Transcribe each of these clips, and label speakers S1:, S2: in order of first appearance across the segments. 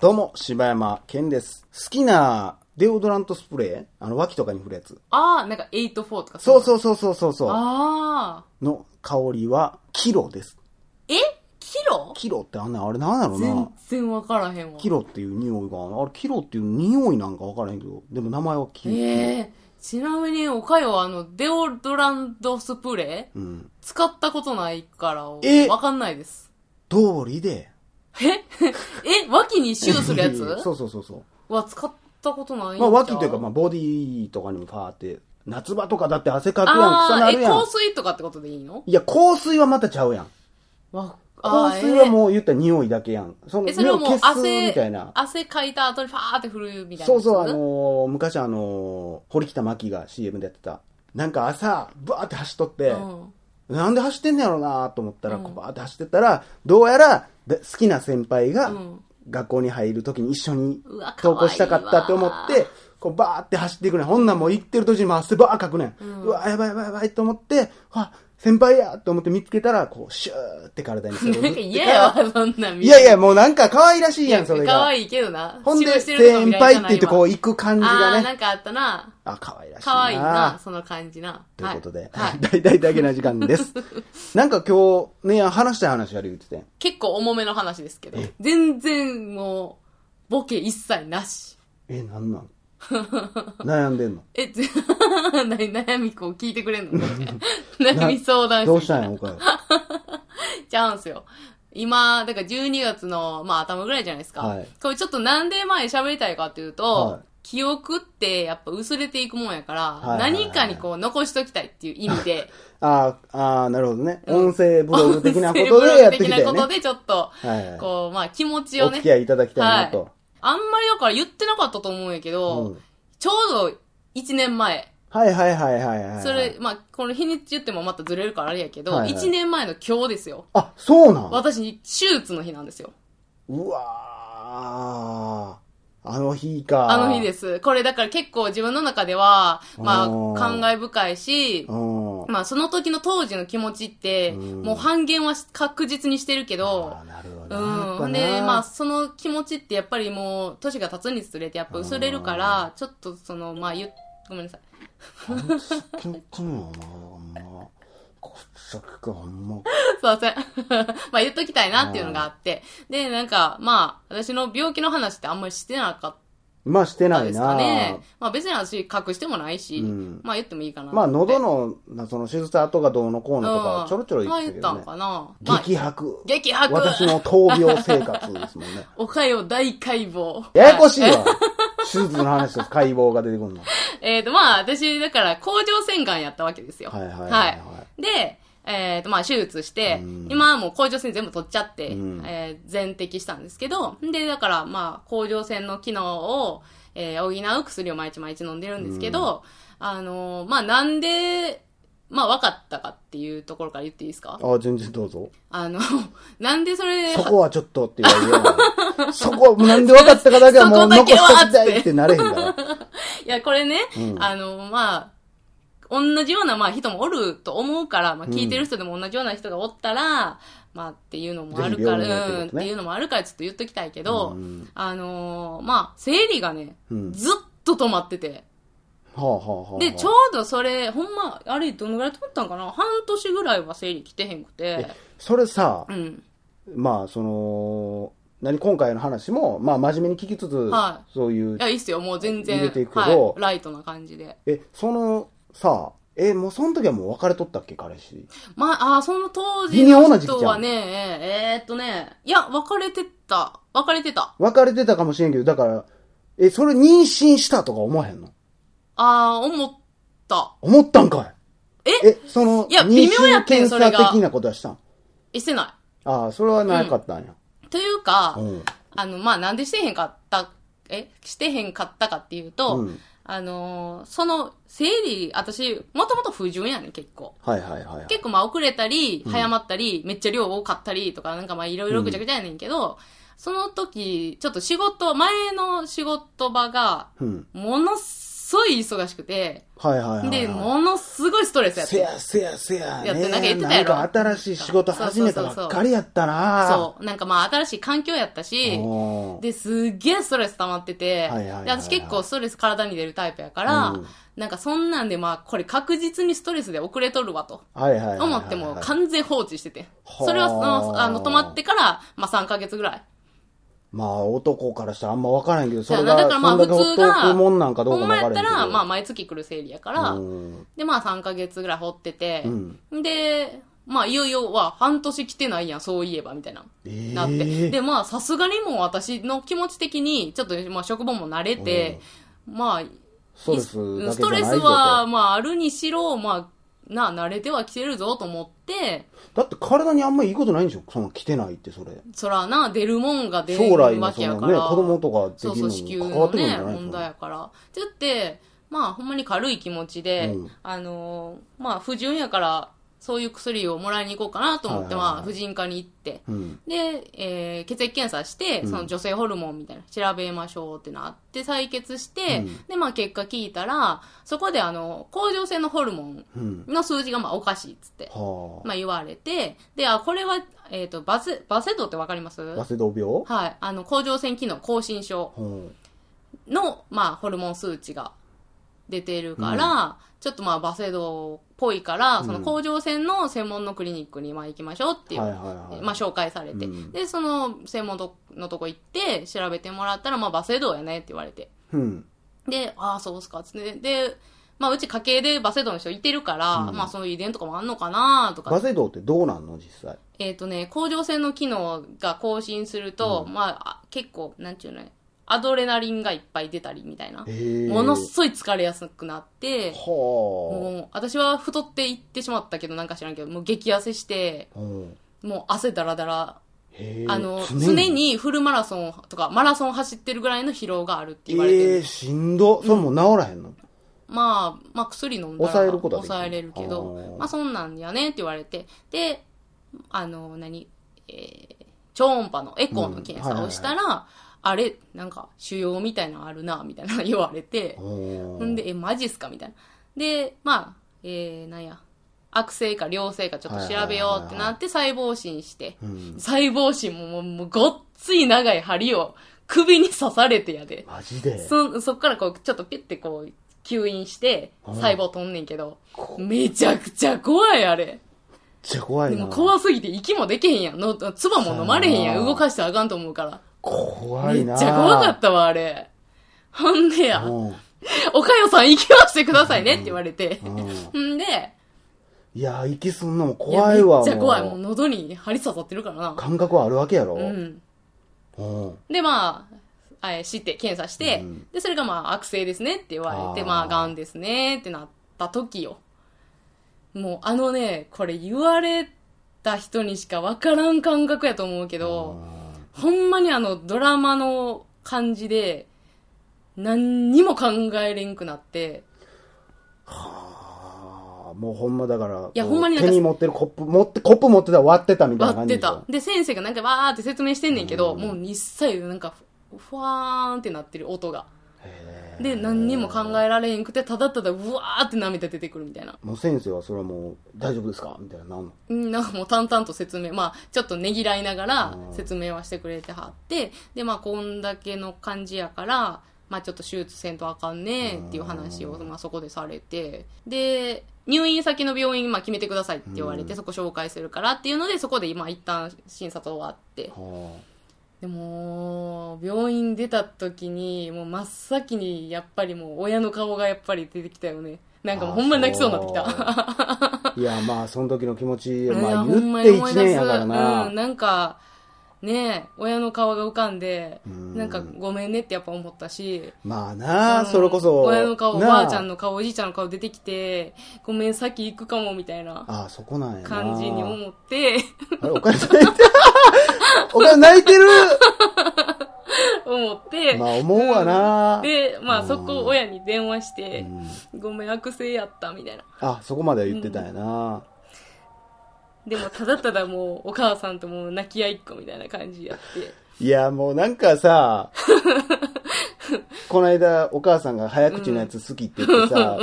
S1: どうも、柴山健です。好きなデオドラントスプレーあの、脇とかに振るやつ。
S2: ああ、なんか8-4とか
S1: そう
S2: う。
S1: そうそうそうそうそ
S2: ああ。
S1: う。の香りは、キロです。
S2: えキロ
S1: キロってあんな、あれなんやろな
S2: 全。然わからへんわ。
S1: キロっていう匂いが、あれ、キロっていう匂いなんかわからへんけど、でも名前はキロ。
S2: ええちなみに、おかよは、あの、デオドラントスプレー
S1: うん。
S2: 使ったことないから、
S1: え
S2: わかんないです。
S1: 通りで。
S2: ええ脇にシューするやつ
S1: そうそうそうそう。
S2: は使ったことないんちゃ
S1: まあ、
S2: う
S1: 脇というか、まあ、ボディとかにもパーって、夏場とかだって汗かくやん、
S2: あ
S1: 臭な
S2: ー
S1: る
S2: え、
S1: やん
S2: 香。水とかってことでいいの
S1: いや、香水はまたちゃうやん。
S2: わあ
S1: 香
S2: ー
S1: 水は
S2: え
S1: もう言ったら匂いだけやん。その、
S2: えそれはもう
S1: 匂いを消すみたいな
S2: ー。汗かいた後にファーって振るみたいな。
S1: そうそう、あのー昔あのー堀北真希が CM でやってた。なんか朝、バーって走っとって、
S2: うん
S1: なんで走ってんのやろうなと思ったら、
S2: うん
S1: こうバーって走ってったら、どうやら、で好きな先輩が
S2: うん
S1: 学校に入るときに一緒に
S2: うわ
S1: 登校したかったって思っ
S2: かわいい
S1: て、こうバーって走っていくねん。ほんなんもう行ってる途中にも汗バーかくねん。うんわ、やばいやばいやばいと思って、あ、先輩やと思って見つけたら、こう、シューって体にそれを塗
S2: な
S1: っ
S2: ん か
S1: て
S2: 嫌やわ、そんなん見る
S1: いやいや、もうなんか可愛らしいやん、それが。
S2: 可愛いけどな。
S1: ほん
S2: 使用
S1: で、
S2: してるの
S1: 先
S2: 見られ
S1: 輩
S2: た
S1: って
S2: な
S1: 言ってこう行く感じ
S2: 今あ
S1: が
S2: ーな
S1: ね。
S2: んかあったな。
S1: あ、可愛らしいな。
S2: 可愛いな、その感じな。
S1: ということで、
S2: はい は
S1: 大
S2: い。
S1: 体だけな時間 です。なんか今日、ね、話したい話ある言ってて。
S2: 結構重めの話ですけど、全然もう、ボケ一切なし。
S1: え、なん なん悩んでんの
S2: え、ぜ 何悩みこう聞いてく れんの悩み相談
S1: どう
S2: 室
S1: したんや、おかよ。
S2: ちゃうんすよ。今、だから12月の、まあ頭ぐらいじゃないですか。
S1: はい
S2: これちょっとなんで前に喋りたいかっていうと、
S1: はい
S2: 記憶ってやっぱ薄れていくもんやから、
S1: いはいはい
S2: 何かにこう残しときたいっていう意味で、
S1: あーあー、なるほどね。
S2: うん
S1: 音声ブログ的なこ
S2: 音
S1: と
S2: 声
S1: でやって
S2: ブ
S1: き
S2: ログ的
S1: た
S2: な
S1: よ
S2: こと
S1: ね。
S2: でちょっと、
S1: はいはい
S2: こう、まあ気持ち
S1: お
S2: を
S1: 付
S2: ね
S1: き、合いいただきたいなと。
S2: あんまりだから言ってなかったと思うんやけど、
S1: うん
S2: ちょうど1年前、
S1: はいはいはいはいはいはい。
S2: それ、まあこの日にち言ってもまたずれるからあれやけど、
S1: はいはい
S2: 1年前の今日ですよ。
S1: あ、そうなん
S2: 私、手術の日なんですよ。
S1: うわー。あの日か。。
S2: あの日ですす。これだから結構自分の中では、まあ、
S1: うん
S2: 感慨深いし、
S1: うん。
S2: まあ、その時の当時の気持ちって、
S1: うん
S2: もう半減はし確実にしてるけど
S1: あ、ーなるほどな。
S2: うん。
S1: やっぱ
S2: で、
S1: な
S2: まあ、その気持ちってやっぱりもう、年が経つにつれてやっぱ薄れるから、ちょっとその、まあ、言っ、ごめんなさい。
S1: 気持ちいいよな、ほんま。こっちか、ほんま。
S2: すいません。 まあ、言っときたいなっていうのがあって。で、なんか、まあ、私の病気の話ってあんまりしてなかっ
S1: まあ、して
S2: た
S1: なん
S2: で
S1: い
S2: すか
S1: な。
S2: ね。まあ、別に私隠してもないし、
S1: うん
S2: まあ、言ってもいいかなと
S1: まあ、
S2: 思って
S1: 喉の、なその、手術後がどうのこうのとか、ちょろちょろ言ってたけど
S2: うん
S1: ね
S2: ま。あ言ったんかな。
S1: 激白。
S2: まあ、激白
S1: 私の闘病生活ですもんね。
S2: おかよ大解剖。
S1: ややこしい
S2: は
S1: わ。手術の話です。解剖が出てくるの。
S2: えっ、と、まあ、私、だから、甲状腺がんやったわけですよ。
S1: はいはいはいはい
S2: で、えっ、と、まあ、手術して、
S1: うん
S2: 今はもう甲状腺全部取っちゃって、
S1: うん
S2: えー全摘したんですけど、で、だから、まあ、甲状腺の機能を、えー補う薬を毎日毎日飲んでるんですけど、あのーまあ、なんで、まあ、分かったかっていうところから言っていいですか
S1: ああ、全然どうぞ。
S2: あの、 なんでそれ、
S1: そこはちょっとって言われるような。そこ、なんで分かったかだけはもう
S2: そこだ
S1: 残
S2: けは
S1: しときたいってなれへんから。
S2: いや、これね、
S1: うん
S2: あの、まあ、同じような、まあ、人もおると思うから、まあ、聞いてる人でも同じような人がおったら、まあ、っていうのもあるか
S1: ぜひ病院に行ってこと
S2: ら、うん、
S1: ね
S2: っていうのもあるから、ちょっと言っときたいけど、
S1: うん
S2: あのーまあ、生理がね、
S1: うん
S2: ずっと止まってて、
S1: はあはあはあ。
S2: で、ちょうどそれ、ほんま、あれ、どのぐらい止まったんかな半年ぐらいは生理来てへんくて、
S1: それさ
S2: う、ん。
S1: まあその何今回の話も、まあ、真面目に聞きつつ、
S2: は
S1: そういう
S2: いや、いいっすよ、もう全然、
S1: 入れていくけど
S2: はい、ライトな感じで。
S1: えそのさえもうその時はもう別れとったっけ彼氏
S2: まあ、あー、その当時
S1: 微妙な
S2: の
S1: 時期ちゃう
S2: 人はね、えーっとね、いや、別れてた。別れてた。
S1: 別れてたかもしれんけどだからえそれ妊娠したとか思わへんの
S2: あー、思った。
S1: 思ったんかい
S2: え
S1: えその
S2: いや
S1: 妊
S2: 微妙や
S1: 娠
S2: ってん
S1: 検
S2: それ
S1: 査
S2: が
S1: 的なことはしたん
S2: え、してな
S1: ああそれはなかったんや、
S2: い。というか、
S1: うん
S2: あの、まあ、なんでしてへんかった、え、してへんかったかっていうと、
S1: うん
S2: あのーその、生理、私、もともと不順やねん、結構。
S1: はいはいはいはい
S2: 結構まあ遅れたり、早まったり、めっちゃ量多かったりとか、なんかまあいろいろぐちゃぐちゃやねんけど、その時、ちょっと仕事、前の仕事場が、
S1: うん
S2: ものすそい忙しくて、
S1: はいはいはい、はい。
S2: で、ものすごいストレスやっ
S1: せ
S2: て。
S1: やせやせや、ね。
S2: やってなんか言ってたやろ
S1: なんか新しい仕事始めたばっかりやったな
S2: そう。なんかまあ新しい環境やったし、
S1: おー
S2: で、すっげえストレス溜まってて、
S1: はいはいはいはい
S2: で私結構ストレス体に出るタイプやから、
S1: うん
S2: なんかそんなんでまあこれ確実にストレスで遅れとるわと。
S1: はいはいはいはいはい。
S2: 思っても完全放置してて。
S1: はあ
S2: それはその、あの、止まってから、まあ3ヶ月ぐらい。
S1: まあ男からしたらあんま分からへんけど、それ
S2: だ
S1: が、
S2: からだからまあ
S1: そんだ
S2: 普
S1: けほっ
S2: 通
S1: と
S2: が、
S1: くもんなんかどう
S2: ほ
S1: かも
S2: んま
S1: 分からへ
S2: やった
S1: んけど。
S2: ら、まあ毎月来る生理やから、
S1: うん
S2: でまあ3ヶ月ぐらい放ってて、
S1: う
S2: で、まあいよいよは半年来てないやん、そういえば、みたいな。
S1: えー
S2: なって。で、まあさすがにもう私の気持ち的に、ちょっとまあ職場も慣れて、まあ、
S1: ストレスだ
S2: ス
S1: けじゃ
S2: ト
S1: ない
S2: レ
S1: ぞ
S2: ス
S1: と
S2: は、まああるにしろ、まあ、な、慣れては来てるぞと思って、
S1: だって体にあんまいいことないんでしょその来てないってそれ。
S2: そらな、出るもんが出
S1: 将
S2: る
S1: 来の
S2: わ
S1: そ
S2: けや
S1: の
S2: か
S1: ね、
S2: ら。
S1: 子供とか
S2: そう
S1: できる
S2: そう、子宮
S1: のに関わ
S2: の
S1: ってくるんじ
S2: ね、
S1: ゃないの
S2: 問題やから。って言って、まあ、ほんまに軽い気持ちで、
S1: うん
S2: あのー、まあ、不純やから、そういう薬をもらいに行こうかなと思って、
S1: はいはいはい
S2: まあ、婦人科に行って。
S1: うん。
S2: で、えー血液検査して、その女性ホルモンみたいな、調べましょうってなって、採血して、
S1: うん
S2: で、まあ、結果聞いたら、そこで、あの、甲状腺のホルモン
S1: うん。
S2: の数字が、まあ、おかしいっつって、
S1: は
S2: まあ、言われて、で、あ、これは、えっ、と、バセ、バセドってわかります
S1: あ。早稲田病
S2: はい。あの、甲状腺機能亢進症
S1: うん。
S2: の、まあ、ホルモン数値が出ているから、ちょっとまあ、バセドウっぽいから、その甲状腺の専門のクリニックに、まあ、行きましょうっていう、
S1: はいはいはい
S2: まあ、紹介されて、
S1: うん
S2: で、その専門のとこ行って、調べてもらったら、まあ、バセドウやねって言われて。
S1: うん。
S2: で、ああ、そうっすか、つって。で、まあ、うち家系でバセドウの人いてるから、
S1: うん
S2: まあ、その遺伝とかもあんのかなとか
S1: バセドウってどうなんの実際。
S2: えっ、とね、甲状腺の機能が更新すると、まああ、結構、なんちゅうのね、アドレナリンがいっぱい出たりみたいな。
S1: へえ。
S2: ものすごい疲れやすくなって、
S1: は
S2: もう、私は太っていってしまったけど、なんか知らんけど、もう激痩せして、
S1: あ。うん。
S2: もう汗だらだら。
S1: へえ。
S2: あの、常。にフルマラソンとか、マラソン走ってるぐらいの疲労があるって言われてる
S1: ええ、しんど。それもう治らへんの
S2: まあ、まあ薬飲んだら
S1: 抑えることはできる
S2: 抑えれるけ
S1: あ
S2: ど
S1: ー、
S2: まあそんなんやねって言われて、で、あの、何、えー超音波のエコーの検査をしたら、あれ、なんか腫瘍みたいなのあるな、みたいな言われて、
S1: ほ
S2: ほんで、え、マジっすかみたいな。で、まあ、えー、なんや、悪性か良性かちょっと調べようってなって細胞診して、
S1: うん。
S2: 細胞診ももうもうごっつい長い針を首に刺されてやで。
S1: マジで。
S2: そ、そっからこう、ちょっとピュってこう、吸引して、
S1: うん
S2: 細胞取んねんけど、めちゃくちゃ怖い、あれ。
S1: めっちゃ怖
S2: で
S1: いな。
S2: も怖すぎて息もできへんやん。の、唾も飲まれへんや。
S1: そうん
S2: 動かしたらあかんと思うから。
S1: 怖い
S2: めっち
S1: な。
S2: ゃ怖かったわ、あれ。ほんでや、
S1: うん。
S2: おかよさん息をしてくださいねって言われて。
S1: うん
S2: ほんで、
S1: いや、息すんのも
S2: いや
S1: 怖いわ。
S2: めっちゃ怖い。
S1: も
S2: も
S1: う
S2: う喉に針刺さってるからな。
S1: 感覚はあるわけやろ。
S2: うん。
S1: うん。
S2: で、まあ、えー知って、検査して、
S1: うん
S2: で、それがまあ、悪性ですねって言われ
S1: あ
S2: て、
S1: ー
S2: まあ、癌ですねってなった時よ。もう、あのね、これ言われた人にしかわからん感覚やと思うけど、ほんまにあの、ドラマの感じで、何にも考えれんくなって、
S1: ああ、もうほんまだから、
S2: いや
S1: こう
S2: ほんまになんか
S1: 手に持ってるコップ、持って、コップ持ってたら割ってたみたいな
S2: 割
S1: 感
S2: っ
S1: じ
S2: て
S1: でしょ
S2: た。。で、先生がなんかわーって説明してんねんけど、もう一切なんか、ふわーんってなってる音が。で、何にも考えられへんくて、ただただうわーって涙出てくるみたいな。
S1: もう先生はそれはもう、大丈夫ですかみたいな、なんの。
S2: うんなんかもう淡々と説明、まあ、ちょっとねぎらいながら説明はしてくれてはって、で、まあ、こんだけの感じやから、まあ、ちょっと手術せんとあかんねっていう話を、まあ、そこでされて、で、入院先の病院、まあ、決めてくださいって言われて、そこ紹介するからっていうので、そこで今、一旦診察終わって。
S1: は
S2: でも、病院出た時に、もう真っ先に、やっぱりもう、親の顔がやっぱり出てきたよね。なんかもう、ほんまに泣きそうになってきた。
S1: あ いや、まあ、その時の気持ち、
S2: い
S1: ま
S2: や
S1: あ、
S2: ほ
S1: 言っ
S2: んま
S1: て
S2: に思い
S1: 1
S2: 出
S1: 年
S2: す
S1: やから
S2: う、。
S1: なん
S2: なんか、ねえ親の顔が浮かんで、
S1: ん
S2: なんかごめんねってやっぱ思ったし、
S1: まあなあ、
S2: うん
S1: それこそ。
S2: 親の顔、お
S1: な
S2: ばあちゃんの顔、おじいちゃんの顔出てきて、ごめん、先行くかも、みたいな
S1: ああ、そこなんやな。
S2: 感じに思って、
S1: あれ、お金泣いてるお金泣いてる
S2: 思って、
S1: まあ思うわな
S2: うんで、ま
S1: う
S2: あ
S1: ん
S2: そこを親に電話して、ごめん、悪性やった、みたいな。
S1: あ、そこまでは言ってたんやな。
S2: でも、ただただもう、お母さんともう泣き合いっ子みたいな感じやって。
S1: いや、もうなんかさ、この間、お母さんが早口のやつ好きって言ってさ、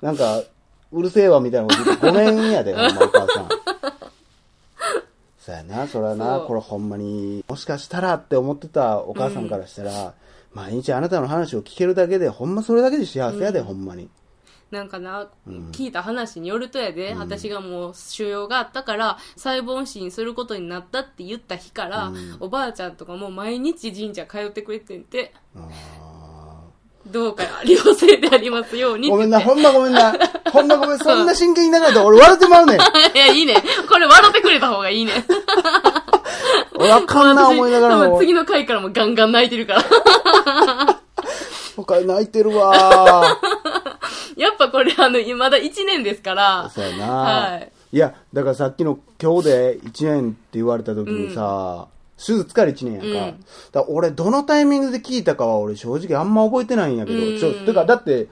S1: なんか、うるせえわみたいなこと言って、ごめんやで、ほんまお母さ ん。そうやな、そらな
S2: そ、う
S1: これほんまに、もしかしたらって思ってたお母さんからしたら、毎日あなたの話を聞けるだけで、ほんまそれだけで幸せやで、ほんまに。
S2: なんかな、聞いた話によるとやで、私がもう腫瘍があったから、細胞診することになったって言った日から、おばあちゃんとかもう毎日神社通ってくれてんて、
S1: あ
S2: どうか良性でありますよう
S1: ー
S2: にって
S1: ごめんな、
S2: 言って
S1: ほんまごめんな。ほんまごめん、そんな真剣になられたら俺笑ってまうねん。
S2: いや、いいね。これ笑ってくれた方がいいね。
S1: 俺あかんな思いながら
S2: 多分
S1: も、
S2: 次の回からもガンガン泣いてるから。
S1: 他泣いてるわー。
S2: やっぱこれあの、まだ1年ですか ら。
S1: そうやな、、
S2: はい
S1: やだからさっきの今日で1年って言われた時にさ、手術から1年やんか,、
S2: うん
S1: だから俺どのタイミングで聞いたかは俺正直あんま覚えてないんやけど、
S2: うん
S1: ちょてかだって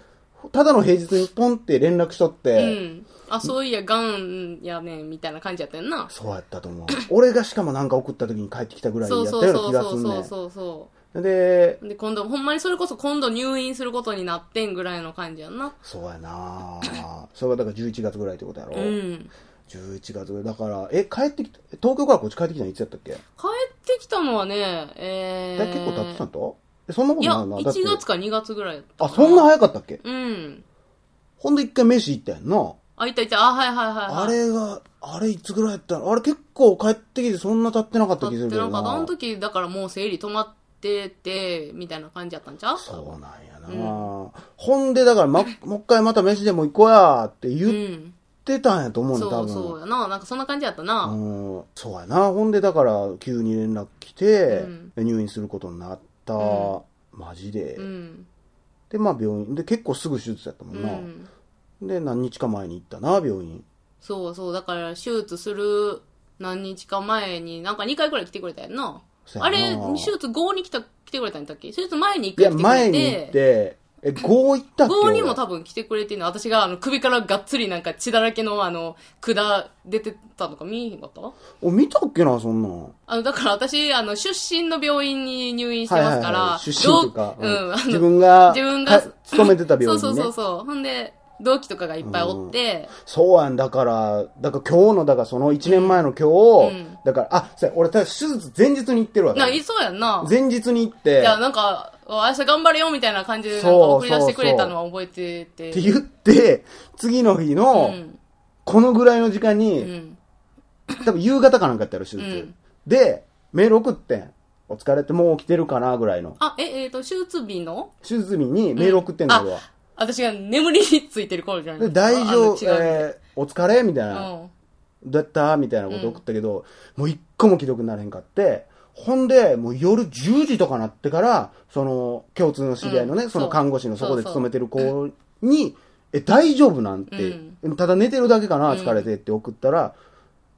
S1: ただの平日にポンって連絡しとっ
S2: う
S1: て、
S2: ん。あ、そういや、ガンやねん、みたいな感じやったよな。
S1: そうやったと思う俺がしかもなんか送った時に帰ってきたぐらいや
S2: そ
S1: っ
S2: う
S1: た
S2: そう
S1: ような
S2: そう
S1: 気が
S2: そう
S1: すん
S2: そ
S1: ね
S2: うそうそ
S1: んで
S2: う。で、今度、ほんまにそれこそ今度入院することになってんぐらいの感じやんな。
S1: そうやなそれがだから11月ぐらいってことやろ、
S2: うん。
S1: 11月ぐらいだからえ帰ってきた東京からこっち帰ってきたのいつやったっけ、
S2: 帰ってきたのはね、え
S1: え
S2: ー、
S1: 結構経ってたんとえそんなこ
S2: い
S1: と
S2: や、
S1: ないなだって
S2: 1月か2月ぐらいやった
S1: あ、
S2: か
S1: そんな早かったっけ
S2: うん。
S1: ほんで一回飯行ったやんな。
S2: あ、いたいた。あ、はいはいはい、はい。
S1: あれが、あれいつぐらいやったのあれ結構帰ってきてそんな経ってなかった
S2: だっ
S1: 気
S2: て
S1: するけ
S2: な
S1: ど
S2: んか
S1: な。
S2: あの時だからもう生理止まっててみたいな感じやったんちゃう
S1: そうなんやな、ほんでだから、ま、もう一回また飯でも行こうやって
S2: う
S1: 言っ
S2: ん
S1: てたんやと思う
S2: そ
S1: の、多
S2: う
S1: 分。
S2: そうやななんかそんな感じやったな、
S1: うんそうやな。ほんでだから急に連絡来て、
S2: うん
S1: で入院することになった。
S2: う
S1: マジで、
S2: うん
S1: で、まあ病院。で、結構すぐ手術やったも
S2: うん
S1: な。
S2: ん
S1: で、何日か前に行ったな、病院。
S2: そうそうだから手術する何日か前になんか2回くらい来てくれたやんな
S1: そうや
S2: あ
S1: な
S2: れ手術後に来た来てくれたんだっけ手術前に1
S1: いや、
S2: 回来てく
S1: 前
S2: れ
S1: に
S2: て
S1: 行って、え、5行ったっけ
S2: 後
S1: 俺
S2: にも多分来てくれてんの私があの首からがっつりなんか血だらけのあの管出てたのか見えへんかった
S1: お、見たっけな、そんなん。
S2: あの、だから私、あの、出身の病院に入院してますから、
S1: 出身とか、
S2: 同うん、あ の
S1: 自分が、
S2: 自分が
S1: か勤めてた病院ね。
S2: そうそうそうそう。ほんで、同期とかがいっぱいおって、
S1: そうやん、だから、だから今日の、だからその1年前の今日、
S2: うん
S1: だから、あ、そうや俺、ただ手術前日に行ってるわけ。
S2: なんかいそうやんな。
S1: 前日に行って、
S2: いや、
S1: っ
S2: なんか、明日頑張れよみたいな感じで、なんか
S1: そう
S2: 送り出してくれたのは覚えてて。
S1: て言って、次の日の、
S2: うん。
S1: このぐらいの時間
S2: う
S1: に、
S2: ん。
S1: 多分夕方かなんかやったやろ、手術。
S2: うん
S1: で、メール送ってん。お疲れってもう起きてるかな、ぐらいの。
S2: あ、え、えっ、と、手術日の
S1: 手術日にメール送ってんだ、
S2: うん
S1: 俺は。
S2: 私が眠りについてる頃じゃない
S1: で、大丈夫、
S2: あの違う、
S1: えーお疲れみたいな。
S2: うん。
S1: だったみたいなこと送ったけど、もう一個も既読になれへんかって、ほんで、もう夜10時とかなってから、その、共通の知り合いのね、
S2: うん
S1: その
S2: そう
S1: 看護師のそこで
S2: そうそう
S1: 勤めてる子に、え、大丈夫なんて、ただ寝てるだけかな、
S2: うん
S1: 疲れてって送ったら、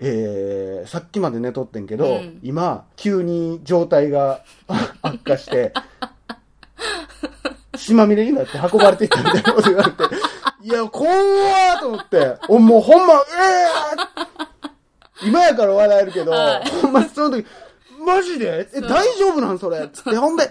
S1: えー、さっきまで寝とってんけど、
S2: うん
S1: 今、急に状態が 悪化して、血まみれになって運ばれていったみたいなこと言われて、いや、怖ーと思って、おもうほんま、ええー、今やから笑えるけど、
S2: はい
S1: ほんまその時、マジでえ、大丈夫なんそれつって、ほんで、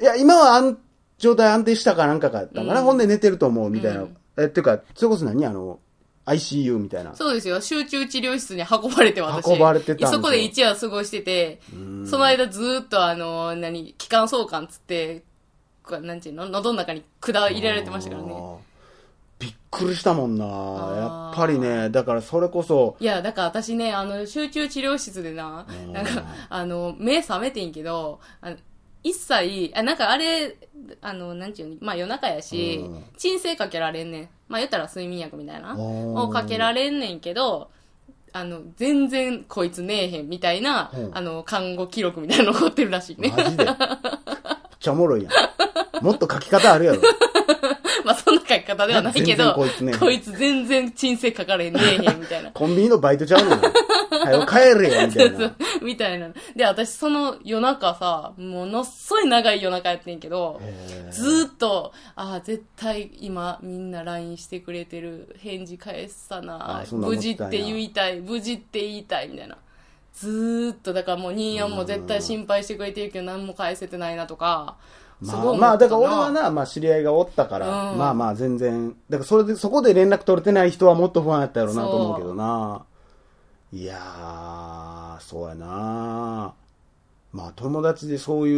S1: いや、今は安状態安定したかなんかかやったんかな、
S2: うん
S1: ほんで寝てると思うみたいな。
S2: うん
S1: え、っていうか、それこそ何あの、ICU みたいな。
S2: そうですよ。集中治療室に運ばれて私。
S1: 運ばれてたんですよ
S2: そこで一夜過ごしてて、その間ずーっとあの、何、気管相関つって、こうなんていうの喉の中に管入れられてましたから
S1: あ
S2: ね。
S1: ーびっくりしたもんな。やっぱりね、だからそれこそ、
S2: いや、だから私ね、あの、集中治療室でな、なんか、あの、目覚めてんけど、あの一切、あ、なんかあれ、あの、なんていうの、まあ夜中やし
S1: うん、
S2: 鎮静かけられんねん。まあ言ったら睡眠薬みたいな。
S1: ー
S2: をかけられんねんけど、あの、全然こいつねえへんみたいな、
S1: うん
S2: あの、看護記録みたいなの 残ってるらしいね。
S1: マジ で。めっちゃおもろいやん。もっと書き方あるやろ。
S2: まあそんな書き方ではないけ
S1: 全
S2: ど、
S1: 然こいつねえへん
S2: こいつ全然鎮静かかれんねえへんみたいな。
S1: コンビニのバイトちゃうのよ。早く帰れや、みたいな。
S2: みたいな。で、私その夜中さ、ものっそい長い夜中やってんけど、
S1: へー
S2: ずーっと、ああ、絶対今みんな LINE してくれてる。返事返さな
S1: あ。そんなん
S2: 無
S1: 思っ
S2: 事
S1: て
S2: った
S1: んや
S2: て言いたい。無事って言いたい。みたいな。ずーっと、だからもう、ニーヤンも絶対心配してくれてるけど、何も返せてないなとか、す
S1: ま
S2: ご
S1: あ、
S2: い思ったな
S1: まあ、だから俺はな、まあ知り合いがおったから、
S2: うん
S1: まあまあ全然、だからそれで、そこで連絡取れてない人はもっと不安やったやろうなと思うけどな。いやー、そうやなまあ友達でそうい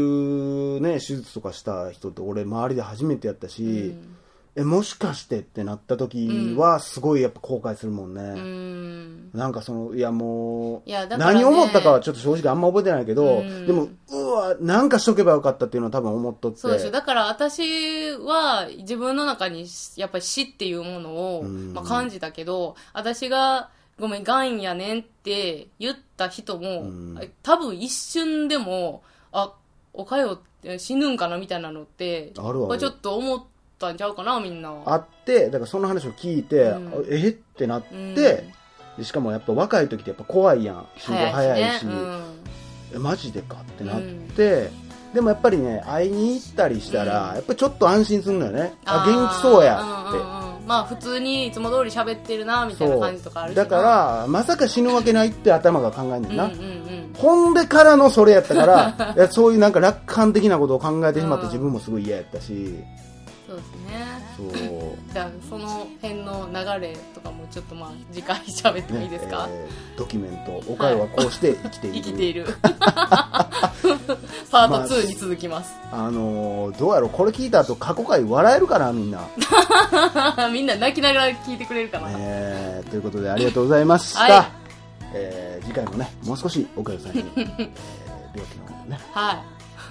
S1: うね、手術とかした人って俺周りで初めてやったし、
S2: うん
S1: え、もしかしてってなった時はすごいやっぱ後悔するもんね。
S2: うん
S1: なんかその、いやもう、
S2: いやだからね
S1: 何思ったかはちょっと正直あんま覚えてないけど、
S2: うん
S1: でも、うわ、なんかしとけばよかったっていうのは多分思っとって。
S2: そうでしょだから私は自分の中にしやっぱり死っていうものを、
S1: うん
S2: まあ、感じたけど私が「ごめんがんやねん」って言った人も、
S1: うん
S2: 多分一瞬でも「あおかよって死ぬんかな」みたいなのって
S1: あるあ
S2: ま
S1: る
S2: あちょっと思ったんちゃうかなみんなは
S1: あって、だからその話を聞いて、
S2: うん
S1: えってなって、
S2: うん
S1: でしかもやっぱ若い時ってやっぱ怖いやん。心臓早いし、
S2: ね
S1: えマジでかってなって、でもやっぱりね、会いに行ったりしたら、
S2: うん
S1: やっぱりちょっと安心するのよね。あ
S2: ー
S1: 元気そうやって。
S2: うんうんうんまあ普通にいつも通り喋ってるなみたいな感じとかあるしな
S1: だから、まさか死ぬわけないって頭が考えるんだよな。
S2: うんうんうん
S1: ほんでからのそれやったから、い やそういうなんか楽観的なことを考えてしまって
S2: うん
S1: 自分もすごい嫌やったし、
S2: そうですね
S1: そう。
S2: じゃあその辺の流れとかもちょっとまあ次回喋ってもいいですか、
S1: えードキュメント、おかよはこうして生きている。
S2: 生きているパート2に続きます、
S1: あのーどうやろう、これ聞いた後過去回笑えるかな、み んな。ね
S2: みんな泣きながら聞いてくれるかな、
S1: えということでありがとうございました。
S2: はい
S1: えー次回もね、もう少しおかよ さんに、えー、料金のね、
S2: はい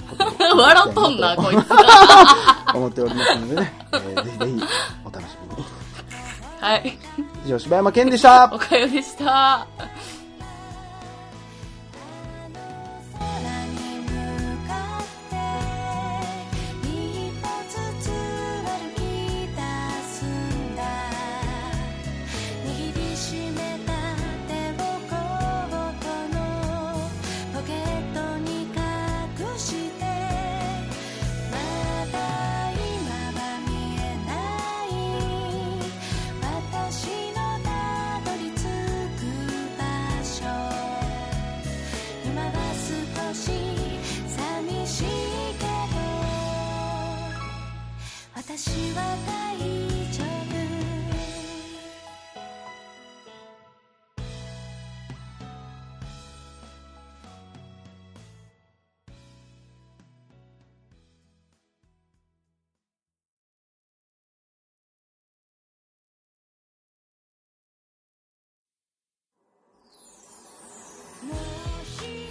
S1: ことを聞きたいと
S2: 笑っとんなこいつ
S1: 思っておりますのでね、えーぜひぜひお楽しみに。
S2: はい
S1: 以上、柴山健でした
S2: お。かよでした
S3: 空に向かって一歩ずつ歩き出すんだ握りしめた手をコートのポケットに隠してまだ今は見えない私のたどり着く場所今は少し寂しいけど私は大丈夫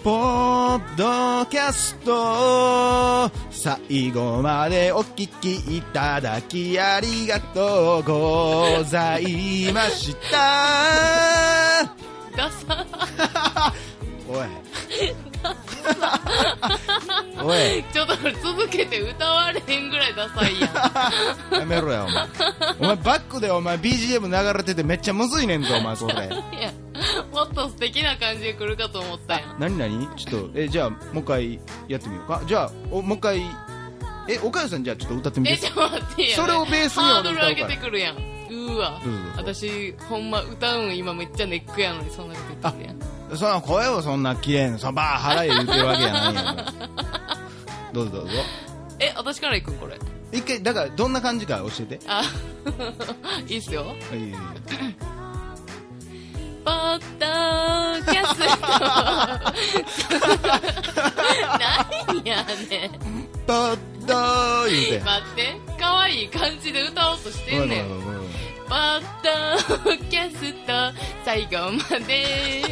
S4: ポッドキャスト最後までお聞きいただきありがとうございました
S2: ダサ
S4: おいおい
S2: ちょっとこれ続けて歌われへんぐらいダサいやん
S4: やめろやお前お前バックでお前 BGM 流れててめっちゃむずいねんぞお前それ
S2: いやもっと素敵な感じで来るかと思ったやん
S4: 何何ちょっとえじゃあもう一回やってみようかじゃあおもう一回え岡谷さんじゃあちょっと歌ってみて
S2: えちょっと待って や
S4: それをベースに
S2: ハー
S4: 俺歌
S2: ド
S4: う
S2: ル
S4: から
S2: 上げてくるやんうーわ
S4: どうぞどうぞ
S2: 私ほんま歌うん今めっちゃネックやのにそんなこと言ってるやん
S4: その声をそんな綺麗にそのばあ払え言ってるわけやない やんどうぞどうぞ
S2: え私から行くんこれ
S4: 一回だからどんな感じか教えて
S2: あ いいっすよ
S4: いいいいいい
S2: ポッドキャ スト何やねん
S4: ポッドー言うて
S2: 待って可愛い感じで歌おうとしてんねん
S4: ごめごめごめ
S2: ポッドキャスト最後まで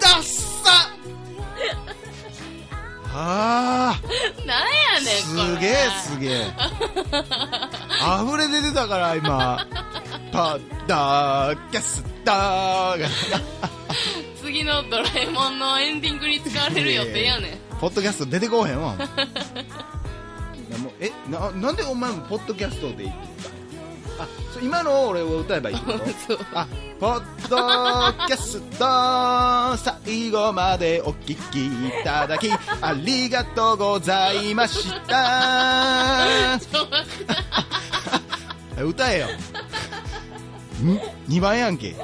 S4: ダッサ はあ
S2: 何やねんこれ
S4: すげえすげえ溢れ出てたから 今パッダーキャスターが
S2: 次のドラえもんのエンディングに使われる予定やねん。
S4: ポッドキャスト出てこうへんわいやもうえななんでお前もポッドキャストでいいって言ったあそう今のを俺を歌えばいいってこと
S2: そう
S4: あポッドキャスト最後までお聞きいただきありがとうございました
S2: ちょっと待って
S4: 歌えよん2番やんけ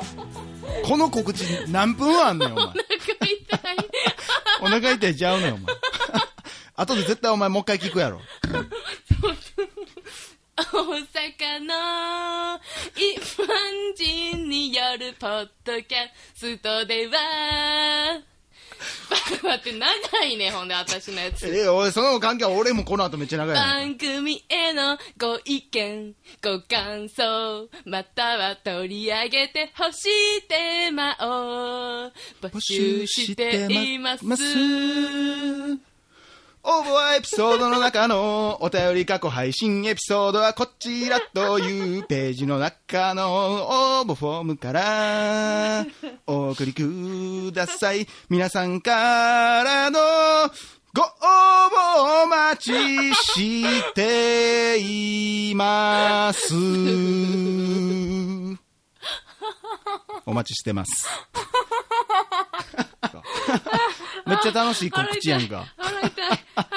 S4: この告知何分あんねんお前
S2: お腹痛い。
S4: お腹痛いちゃうねんお前
S1: 後で絶対お前もう一回聞くやろ。
S2: 大阪の一般人によるポッドキャストでは、バカって長いね、ほんで、私のやつ。
S1: え、俺、その関係は俺もこの後めっちゃ長いやん。
S2: 番組へのご意見、ご感想、または取り上げてほしいテーマを募集しています。
S1: 応募はエピソードの中のお便り過去配信エピソードはこちらというページの中の応募フォーム からお送りください。皆さんからのご応募お待ちしています。お待ちしてます。めっちゃ楽しい告知やんか。
S2: 腹痛い。腹痛い。